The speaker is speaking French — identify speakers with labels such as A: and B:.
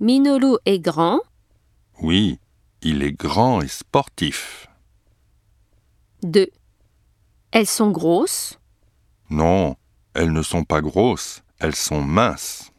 A: Minoru est grand,
B: Oui, il est grand et sportif.
A: 2. Elles sont grosses,
B: Non, elles ne sont pas grosses, elles sont minces.